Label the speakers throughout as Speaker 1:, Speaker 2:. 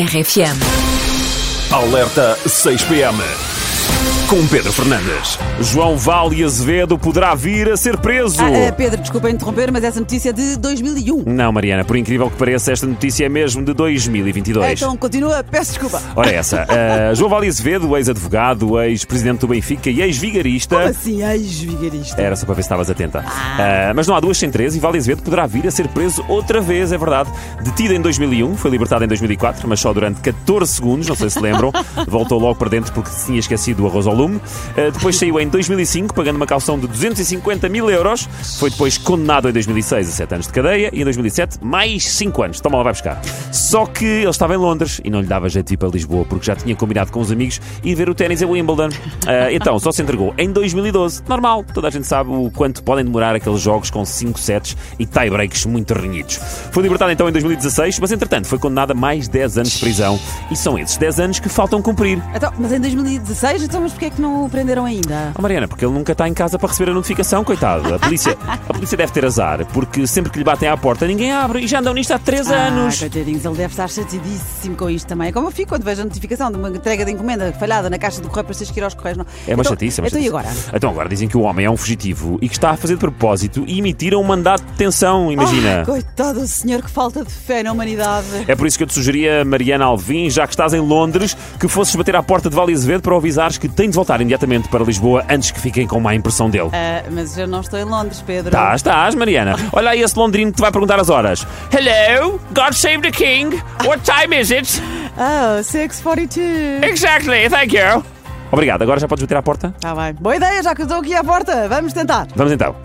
Speaker 1: RFM.
Speaker 2: Alerta 6PM. Com Pedro Fernandes. João Vale Azevedo poderá vir a ser preso.
Speaker 3: Ah, ah, Pedro, desculpa interromper, mas essa notícia é de 2001.
Speaker 2: Não, Mariana, por incrível que pareça, esta notícia é mesmo de 2022.
Speaker 3: Então continua, peço desculpa.
Speaker 2: Ora, essa. Ah, João Vale Azevedo, ex-advogado, ex-presidente do Benfica e ex-vigarista.
Speaker 3: Como assim, ex-vigarista?
Speaker 2: Era só para ver se estavas atenta. Ah, mas não há duas sem três e Vale Azevedo poderá vir a ser preso outra vez, é verdade. Detido em 2001, foi libertado em 2004, mas só durante 14 segundos, não sei se lembram. Voltou logo para dentro porque se tinha esquecido o arroz ao lume. Ah, depois saiu em 2005, pagando uma calção de 250 mil euros. Foi depois condenado em 2006 a 7 anos de cadeia e em 2007 mais 5 anos. Toma lá, vai buscar. Só que ele estava em Londres e não lhe dava jeito de ir para Lisboa porque já tinha combinado com os amigos ir ver o ténis em Wimbledon. Ah, então, só se entregou em 2012. Normal, toda a gente sabe o quanto podem demorar aqueles jogos com 5 sets e tie-breaks muito renhidos. Foi libertado então em 2016, mas entretanto foi condenado a mais 10 anos de prisão. E são esses 10 anos que faltam cumprir.
Speaker 3: Então, mas em 2016, então, mas porquê é que não o prenderam ainda?
Speaker 2: Oh, Mariana, porque ele nunca está em casa para receber a notificação, coitado. A polícia, a polícia deve ter azar, porque sempre que lhe batem à porta ninguém abre e já andam nisto há 3
Speaker 3: Ah,
Speaker 2: anos.
Speaker 3: coitadinhos, ele deve estar chateadíssimo com isto também. É Como eu fico quando vejo a notificação de uma entrega de encomenda falhada na caixa do correio para vocês que ir aos correios, não?
Speaker 2: É uma
Speaker 3: então,
Speaker 2: chatice, é uma
Speaker 3: Então e
Speaker 2: chatice.
Speaker 3: agora?
Speaker 2: Então agora dizem que o homem é um fugitivo e que está a fazer de propósito e emitiram um mandado de detenção, imagina.
Speaker 3: Ai, Ah, coitado do senhor, que falta de fé na humanidade.
Speaker 2: É por isso que eu te sugeria, Mariana Alvim, já que estás em Londres, que fosses bater à porta de Vale Azevedo para o avisares que tem de voltar imediatamente para Lisboa antes que fiquem com má impressão dele.
Speaker 3: Ah, mas eu não estou em Londres, Pedro.
Speaker 2: Estás, estás, Mariana. Olha aí esse londrino que te vai perguntar as horas. Hello, God save the king. What time is it?
Speaker 3: Oh, 642.
Speaker 2: Exactly, thank you. Obrigado, agora já podes bater à porta?
Speaker 3: Está Tá bem. Boa ideia, já que eu estou aqui à porta. Vamos tentar.
Speaker 2: Vamos então.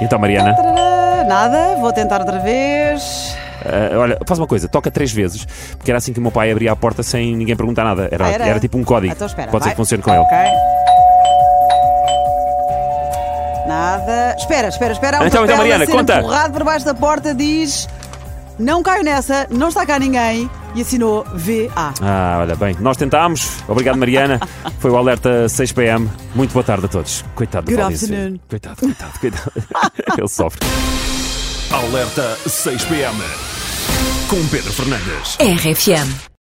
Speaker 2: Então, Mariana,
Speaker 3: Tarará, Nada, vou tentar outra vez.
Speaker 2: ah, olha, faz uma coisa, toca três vezes, porque era assim que o meu pai abria a porta sem ninguém perguntar nada. Era,
Speaker 3: Ah, era?
Speaker 2: tipo um código.
Speaker 3: Então espera,
Speaker 2: Pode ser
Speaker 3: vai.
Speaker 2: que funcione com ele.
Speaker 3: Ok. Nada. Espera, espera, espera. Há Um
Speaker 2: Então, então,
Speaker 3: papel a
Speaker 2: Mariana,
Speaker 3: ser
Speaker 2: conta.
Speaker 3: empurrado por baixo da porta diz: Não caio nessa, não está cá ninguém. E assinou VA.
Speaker 2: Ah, olha, bem, nós tentámos. Obrigado, Mariana. Foi o alerta 6 pm. Muito boa tarde a todos. Coitado do
Speaker 3: Good
Speaker 2: Valdir Azevedo.
Speaker 3: afternoon.
Speaker 2: Coitado, coitado, coitado. Ele sofre.
Speaker 4: Alerta 6PM com Pedro Fernandes.
Speaker 1: RFM.